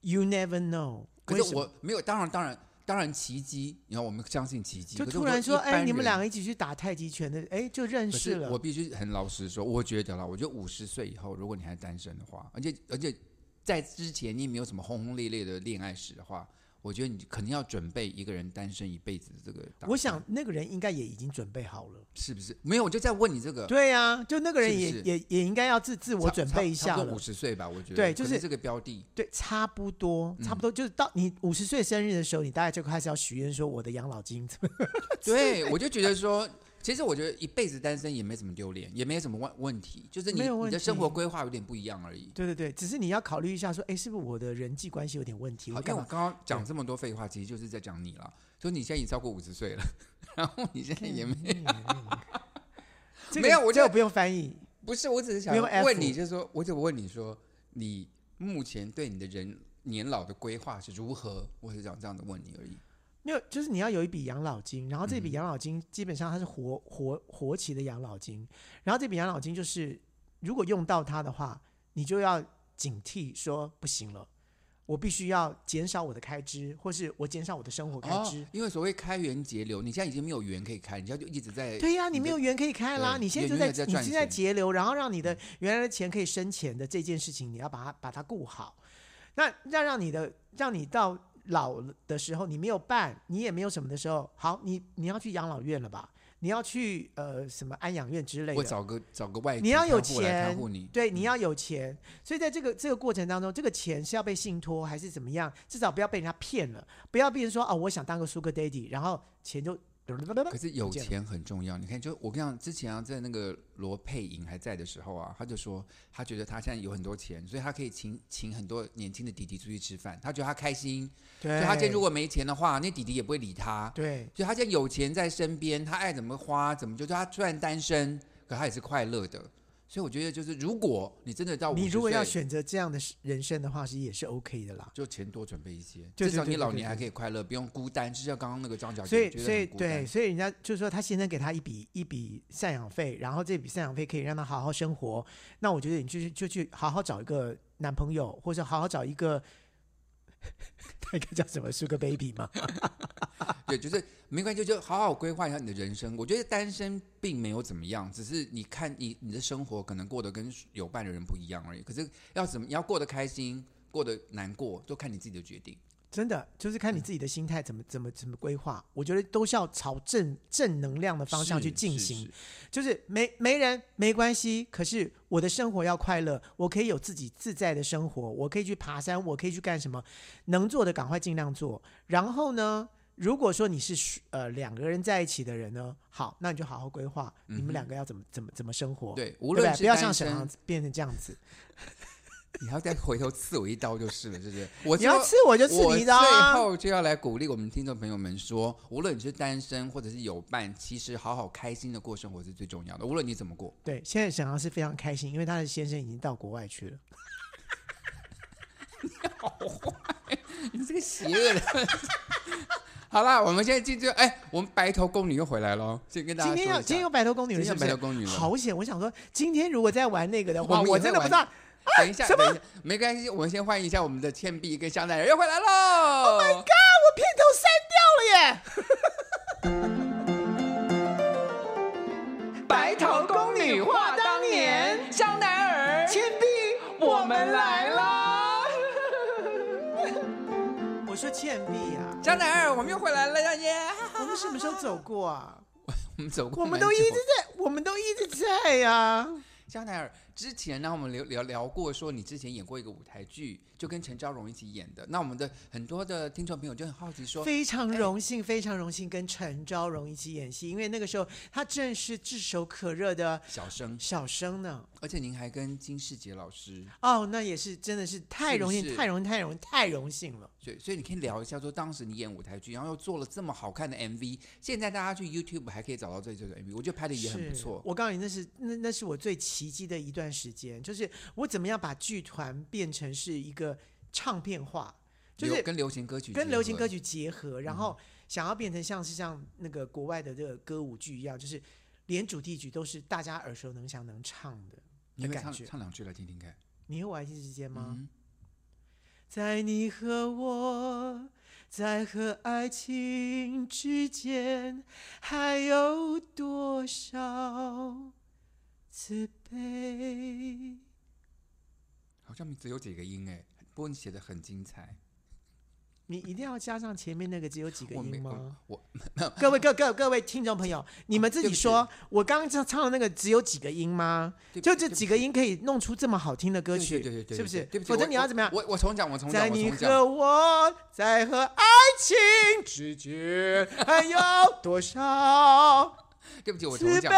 ，you never know。
哦可
为什
是
么
我没有，当然当然当然奇迹，你看我们相信奇迹，
就
可是
突
我
然
一
说，
般
哎，你们
人
两个一起去打太极拳的，哎，就认
可
识
是
了。
我必须很老实说，我觉得啦，我觉得五十岁以后，如果你还单身的话，而且而且在之前你没有什么轰轰烈烈的恋爱史的话，我觉得你肯定要准备一个人单身一辈子的这个打算。
我想那个人应该也已经准备好了。
是不是？没有，我就在问你这个。，
对呀、就那个人
是不
也
是
也也应该要自自我准备一下
五
了。
十岁吧，我觉得。
对就
可能
是
这个标的。
对，差不多，
嗯
差不多，就是到你五十岁生日的时候，你大概就开始要许愿说我的养老金怎么。 *laughs*
对，我就觉得说。其实我觉得一辈子单身也没什么丢脸，也没什么问问题，就是你
没有问
你的生
题。
活规划有点不一样而已
对对对，只是你要考虑一下说，哎，是不是我的人际关系有点问题？
好，
我
因为
干
我
嘛？
刚刚讲这么多废话，其实就是在讲你啦。就你现在已经超过五十岁了，然后你现在也没
*laughs*
*laughs*
这个
没有我
这
就
个不用翻译。
不是，我只是想
不用 F
问你，就是说，我只问你说，你目前对你的人年老的规划是如何？我是想这样的问你而已。
没有，就是你要有一笔养老金，然后这笔养老金基本上它是活活活期的养老金，然后这笔养老金就是如果用到它的话，你就要警惕说不行了，我必须要减少我的开支，或是我减少我的生活开
哦
支。，
因为所谓开源节流，你现在已经没有源可以开，你现在就一直在
对呀、你
的
没有缘可以开啦，
对
你现在
有
就
缘
在
也在
你
赚
现在
钱嗯
节流，然后让你的原来的钱可以生钱的这件事情，你要把它把它顾好。那那让你的让你到老的时候，你没有办，你也没有什么的时候，好，你你要去养老院了吧？你要去呃什么安养院之类
我
的。
找个找个外，
你要有
来
钱
看护你。嗯
对，你要有钱，所以在这个这个过程当中，这个钱是要被信托还是怎么样？至少不要被人家骗了，不要被人说啊、我想当个 sugar daddy，然后钱就 *laughs*
可是有
不见了
钱很重要，你看，就我跟你讲，之前啊，在那个罗佩莹还在的时候啊，他就说他觉得他现在有很多钱，所以他可以请请很多年轻的弟弟出去吃饭，他觉得他开心。所
对
以他今天如果没钱的话，那弟弟也不会理他。
哎对
就他现在有钱在身边，他爱怎么花怎么就，他虽然单身，可他也是快乐的。所以我觉得，就是如果你真的到五
你
十
如果要
岁，
选择这样的是人生的话，是也是 OK 的啦。
就钱多准备一些，
对对
至少
对
你
对
老
对
年
对
还可以快乐，不用孤单。就像刚刚那个张小姐，
所以，
觉得
所以
很孤单
对，所以人家就说他先生给他一笔一笔赡养费，然后这笔赡养费可以让他好好生活。那我觉得你就去就去好好找一个男朋友，或者好好找一个， *laughs* 他应该叫什么 Sugar Baby 嘛？
对，就是没关系，就好好规划一下你的人生。我觉得单身并没有怎么样，只是你看你你的生活可能过得跟有伴的人不一样而已。可是要怎么，你要过得开心，过得难过，都看你自己的决定。
真的就是
嗯
看你自己的心态怎么怎么怎么规划。我觉得都是要朝正正能量的方向去
是
进
是
行
是。
就是没没人没关系，可是我的生活要快乐，我可以有自己自在的生活，我可以去爬山，我可以去干什么，能做的赶快尽量做。然后呢，如果说你是呃两个人在一起的人呢，好，那你就好好规划你们两个要怎么怎么怎么生活。
嗯对，
对
无
不对，
论是
不要像
单
沈
身
航变成这样子。
你还要再回头刺我一刀就是了，是
*laughs*
不是？我
你要
最
吃我就吃你一刀啊
我最后就要来鼓励我们听众朋友们说，无论你是单身或者是有伴，其实好好开心的过生活是最重要的。无论你怎么过，
对，现在沈阳是非常开心，因为她的先生已经到国外去了。
你这个邪恶的。 *laughs* 好啦，我们现在进去，哎，我们白头宫女又回来喽，先跟大家
今
说
天要
一下
今天有白头宫女了，
今天
是
有
不是
白头宫女了
好险！我想说，今天如果再玩那个的话，
我们也
我真的不
会
知道
玩。等一下，等一下，没关系，我们先换一下我们的倩碧跟香奈儿又回来喽。Oh my god！
啊，我片头删掉了耶。
*laughs* 白头宫女话当年，香奈儿、
倩碧，
我们来啦！
*laughs* 我说倩碧啊，
香奈儿，我们又回来了耶！
*laughs* 我们什么时候走过
*laughs*
啊？
我们走过，
我们都一直在，我们都一直在呀、
香奈儿之前呢，我们聊聊聊过，说你之前演过一个舞台剧，就跟陈昭荣一起演的。那我们的很多的听众朋友就很好奇说，
非常
哎
荣幸，非常荣幸跟陈昭荣一起演戏，因为那个时候他正是炙手可热的
小生，
小生呢。
而且您还跟金世杰老师，
哦，那也是真的是太
是不
荣幸，
是
太荣幸，太荣幸，太荣幸了。
所以所以你可以聊一下说，当时你演舞台剧，然后又做了这么好看的 MV，现在大家去 YouTube 还可以找到这这个 MV，我觉得拍的也很不
是
错。
我告诉你，那是那那是我最奇迹的一段时间，就是我怎么样把剧团变成是一个唱片化，就
流
是
跟流行歌曲结合，嗯
跟流行歌曲结合，然后想要变成像是像那个国外的这个歌舞剧一样，就是连主题曲都是大家耳熟能详能唱的。
你
的
会
感
唱
觉
唱两句来听听看。
你和我爱情之间吗？
嗯，
在你和我，在和爱情之间，还有多少慈悲？
好像只有几个音哎，不过你写的很精彩。
你一定要加上前面那个只有几个
我没
音
我
吗？
我
各位各各各位听众朋友，你们自
对
己
不起
说，我刚刚唱唱的那个只有几个音吗？
对不
就这
起对不
几
起
个音可以弄出这么好听的歌曲，
对对对对对，
是不是
对不？起，
否则
我
你要怎么样？
我我我重讲，我重讲，
在
我
你
重讲。
和我，在和爱情之
*laughs*
间，还有多少
对不起，我重
慈
讲
悲？，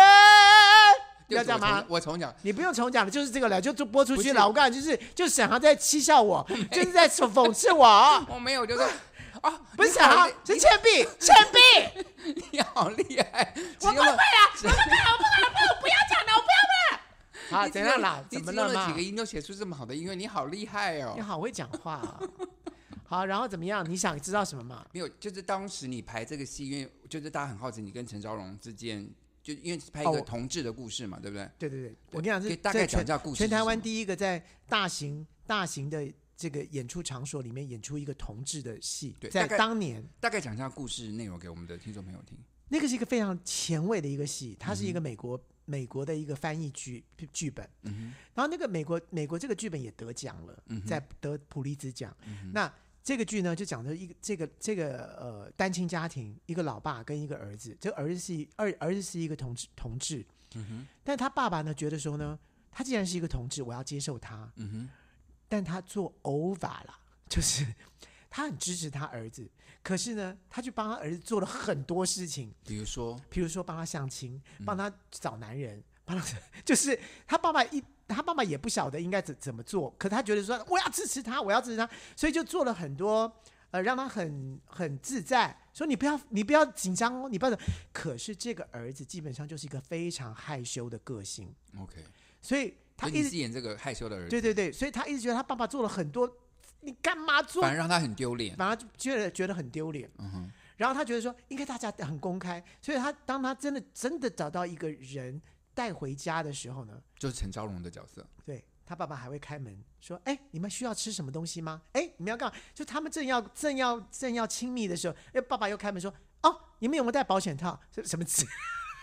对
要这
不起，我
样吗
重？我重讲，
你不用重讲了，就是这个了，就就播出去
不
了。
是
我告诉你，就是就是沈航在欺笑我，
*laughs*
就是在讽讽刺我，
我没有，就是啊，
*laughs* 不是
你
沈
好
航
厉，
是倩碧，倩碧，
你好厉害，我不会了，
好，啊
你只
怎
用
样啦？
你
怎么啊
只
了
用
嘛
了几？个音就写出这么好的音乐，你好厉害
你
哦！
好会讲话啊！好，然后怎么样？你想知道什么嘛？
没有，就是当时你排这个戏，因为就是大家很好奇你跟陈昭荣之间，就因为是拍一
哦
个
我
同志的故事嘛，对不对？
对对对，我跟你讲，
可以
是
大概
在
讲
全
一下故事是
全台
什
湾
么
第一个在大型大型的这个演出场所里面演出一个同志的戏
对，
在
大概
当年
大概讲一下故事内容给我们的听众朋友听。
那个是一个非常前卫的一个戏，它是一个美国、美国的一个翻译剧剧本，
嗯
然后那个美国美国这个剧本也得奖了，
嗯哼
在得普利兹奖。
哼，嗯哼
那这个剧呢，就讲的一个这个这个呃单亲家庭，一个老爸跟一个儿子，这个儿子是一二儿子是一个同志同志，
嗯哼，
但他爸爸呢觉得说呢，他既然是一个同志，我要接受他，
嗯哼，
但他做 over 啦， *laughs* 就是他很支持他儿子，可是呢，他去帮他儿子做了很多事情，
比如说，
比如说帮他相亲，
嗯
帮他找男人，帮他 *laughs* 就是他爸爸一他爸爸也不晓得应该怎怎么做，可他觉得说我要支持他，我要支持他，所以就做了很多呃让他很很自在，说你不要你不要紧张哦，你不要。可是这个儿子基本上就是一个非常害羞的个性，
OK，
所以他
所以
一
你
直
是演这个害羞的儿子，
对对对，所以他一直觉得他爸爸做了很多，你干嘛做
反而让他很丢脸。
反而就觉得觉得很丢脸。
嗯哼，
然后他觉得说应该大家很公开，所以他当他真的真的找到一个人带回家的时候呢，
就是陈昭荣的角色。
对他爸爸还会开门说：“哎，你们需要吃什么东西吗？哎，你们要干嘛？”就他们正要正要正要亲密的时候，哎，爸爸又开门说：“哦，你们有没有带保险套？什什么之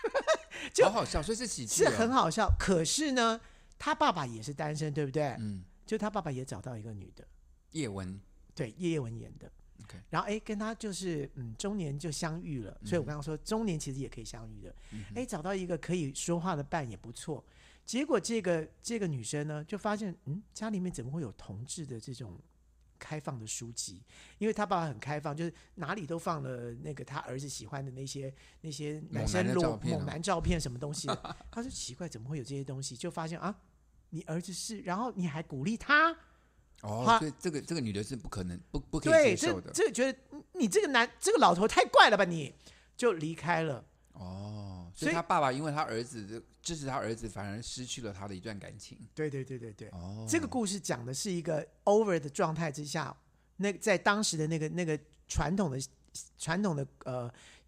*laughs* 就
好好笑，所以是喜剧、
是
啊，
很。好笑。”可是呢，他爸爸也是单身，对不对？
嗯，
就他爸爸也找到一个女的，
叶文，
对，叶叶文演的。
OK
然后哎，跟他就是嗯，中年就相遇了，所以
嗯
我刚刚说中年其实也可以相遇的。哎、找到一个可以说话的伴也不错。结果这个这个女生呢，就发现嗯，家里面怎么会有同志的这种开放的书籍？因为她爸爸很开放，就是哪里都放了那个他儿子喜欢的那些那些男
猛男
生
的
裸
照片啊 *laughs*
猛男照片什么东西的。他说奇怪，怎么会有这些东西？就发现啊，你儿子是，然后你还鼓励他，
哦
好，
所以这个这个女的是不可能不不可以
对，
接
这
受的
这觉得嗯你这个男这个老头太怪了吧你，就离开了。
哦，
所
所
以
以他爸爸因为他儿子支持他儿子，反而失去了他的一段感情
对对对对对，
哦，
这个故事讲的是一个 over 的状态之下，那在当时的那个那个传统的传统的呃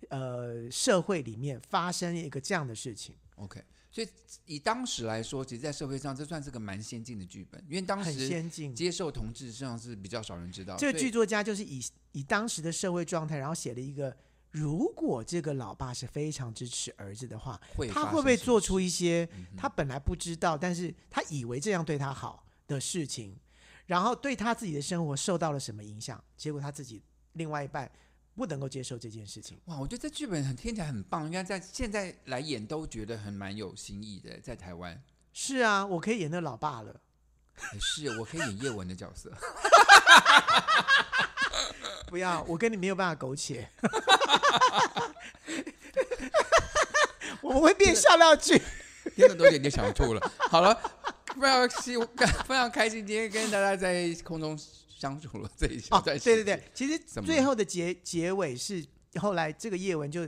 呃社会里面发生一个这样的事情，
OK，所以以当时来说，其实，在社会上这算是个蛮先进的剧本，因为当
很
时
先进。
接啊受同志上是比较少人知道。
这个
所以
剧作家就是以以当时的社会状态，然后写了一个，如果这个老爸是非常支持儿子的话，
会
他
发
会不会
生什
做
么事嗯
出一些他本来不知道，但是他以为这样对他好的事情，然后对他自己的生活受到了什么影响？结果他自己另外一半不能够接受这件事情。
哇，我觉得这剧本很听起来很棒，应该在现在来演都觉得很蛮有新意的。在台湾
是啊，我可以演那老爸了，
可是我可以演叶文的角色，
不要，我跟你没有办法苟且。 *laughs* 我会变笑料
*laughs*
剧，
天哪，都有点点想吐了。好了，非常希非常开心，今天跟大家在空中相处了这一小
哦，
段
对
时
对
间、
对，其实
怎么
最后的结结尾是后来这个叶文就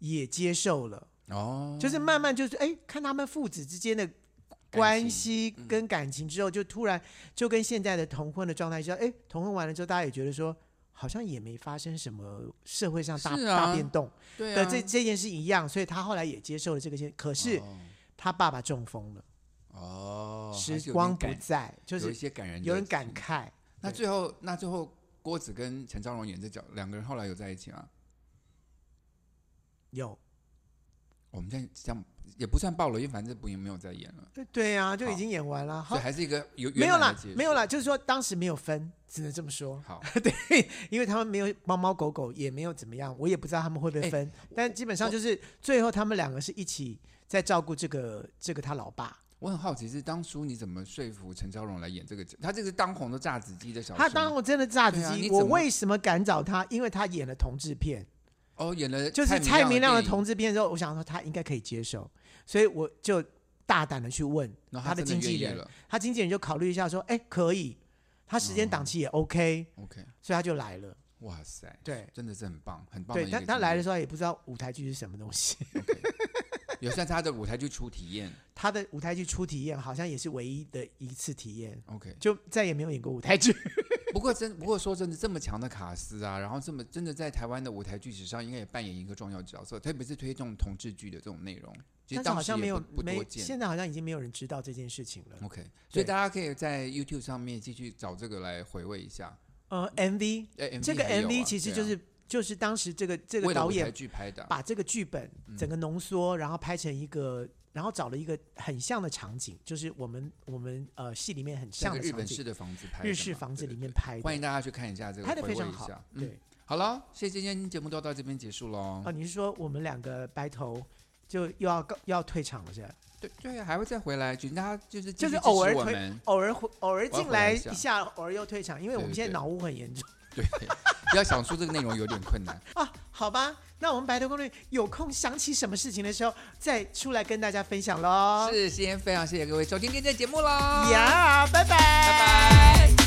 也接受了，
对，哦，
就是慢慢就是哎，看他们父子之间的关系
嗯
跟感情之后，就突然就跟现在的同婚的状态一样，哎，同婚完了之后，大家也觉得说好像也没发生什么社会上大、
是啊
大变动
对
的
啊，
这这件事一样，所以他后来也接受了这个现，可是
哦
他爸爸中风了，
哦，还是
时
有点
光不
感
在，就
有一
是
些感人，
有人感。慨。
那
对
最后，那最后郭子跟陈昭荣演这角两个人后来有在一起吗？
有，
我们现在这样也不算爆了，因为反正不也没有在演了，
对呀、啊，就已
好
经演完了，好
所以还是一个有
没有啦，没有
了。
啦，就是说当时没有分，只能这么说。
好，
对，因为他们没有猫猫狗狗，也没有怎么样，我也不知道他们会不会
哎
分，但基本上就是最后他们两个是一起在照顾这个这个他老爸。
我很好奇是当初你怎么说服陈昭荣来演这个角？他这个当红的炸子鸡的小生，
他当我真的炸子
对啊
鸡，
你
我
怎么
为什么敢找他？因为他演了同志片，
哦演了
就是蔡明亮的
电影
同，志片之后，我想说他应该可以接受，所以我就大胆的去问
然后
他的
真
经纪
愿意
人，
了
他经纪人就考虑一下说，哎，可以，他时
哦
间档期也 OK，、
，OK，
所以他就来了。
哇塞，
对
真的是很棒，很棒的一
对，
个
但
经
他来的
验
时候他也不知道舞台剧是什么东西。
也算是他的舞台剧初体验
他的舞台剧初体验好像也是唯一的一次体验，
，OK。
就再也没有演过舞台剧。
不过真不过说真的，这么强的卡司啊，然后这么真的在台湾的舞台剧史上，应该也扮演一个重要角色，特别是推动同志剧的这种内容，其实
但是好
当时
像没
也
有
不不
没
多，见。嗯
现在好像已经没有人知道这件事情了。
OK，所
对
以大家可以在 YouTube 上面继续找这个来回味一下。
呃，MV
哎、MV
这个
还有啊
MV 其实
对啊
就是、就是当时这个这个
为了
导
舞台
演
剧拍的啊，嗯
把这个剧本整个浓缩，然后拍成一个，然后找了一个很像的场景，就是我们我们呃戏里面很像
像个
的
日
场
本式
景，
的房子拍的嘛，
日式房子
对
里
对
面
对
拍
欢迎
的，
大家去看一下这个，
拍的
回
非
味
常
一
好
下。。嗯，
对，
好了，所以今天节目就到这边结束喽
哦，。你是说我们两个白头就又要告又要退场了是吧？
对对，还会再回来，请大家就是继
就是
续支
偶
持
尔
我
推
们，
偶尔回偶尔进来
我要回来
一
一
下，偶尔又退场，因为我们现在脑雾很严重
对， *laughs* 要想出这个内容有点困难。
啊。好吧，那我们白头宫女有空想起什么事情的时候，再出来跟大家分享喽。
是，先非常谢谢各位收听今天的节目喽，
呀，拜拜，拜
拜拜。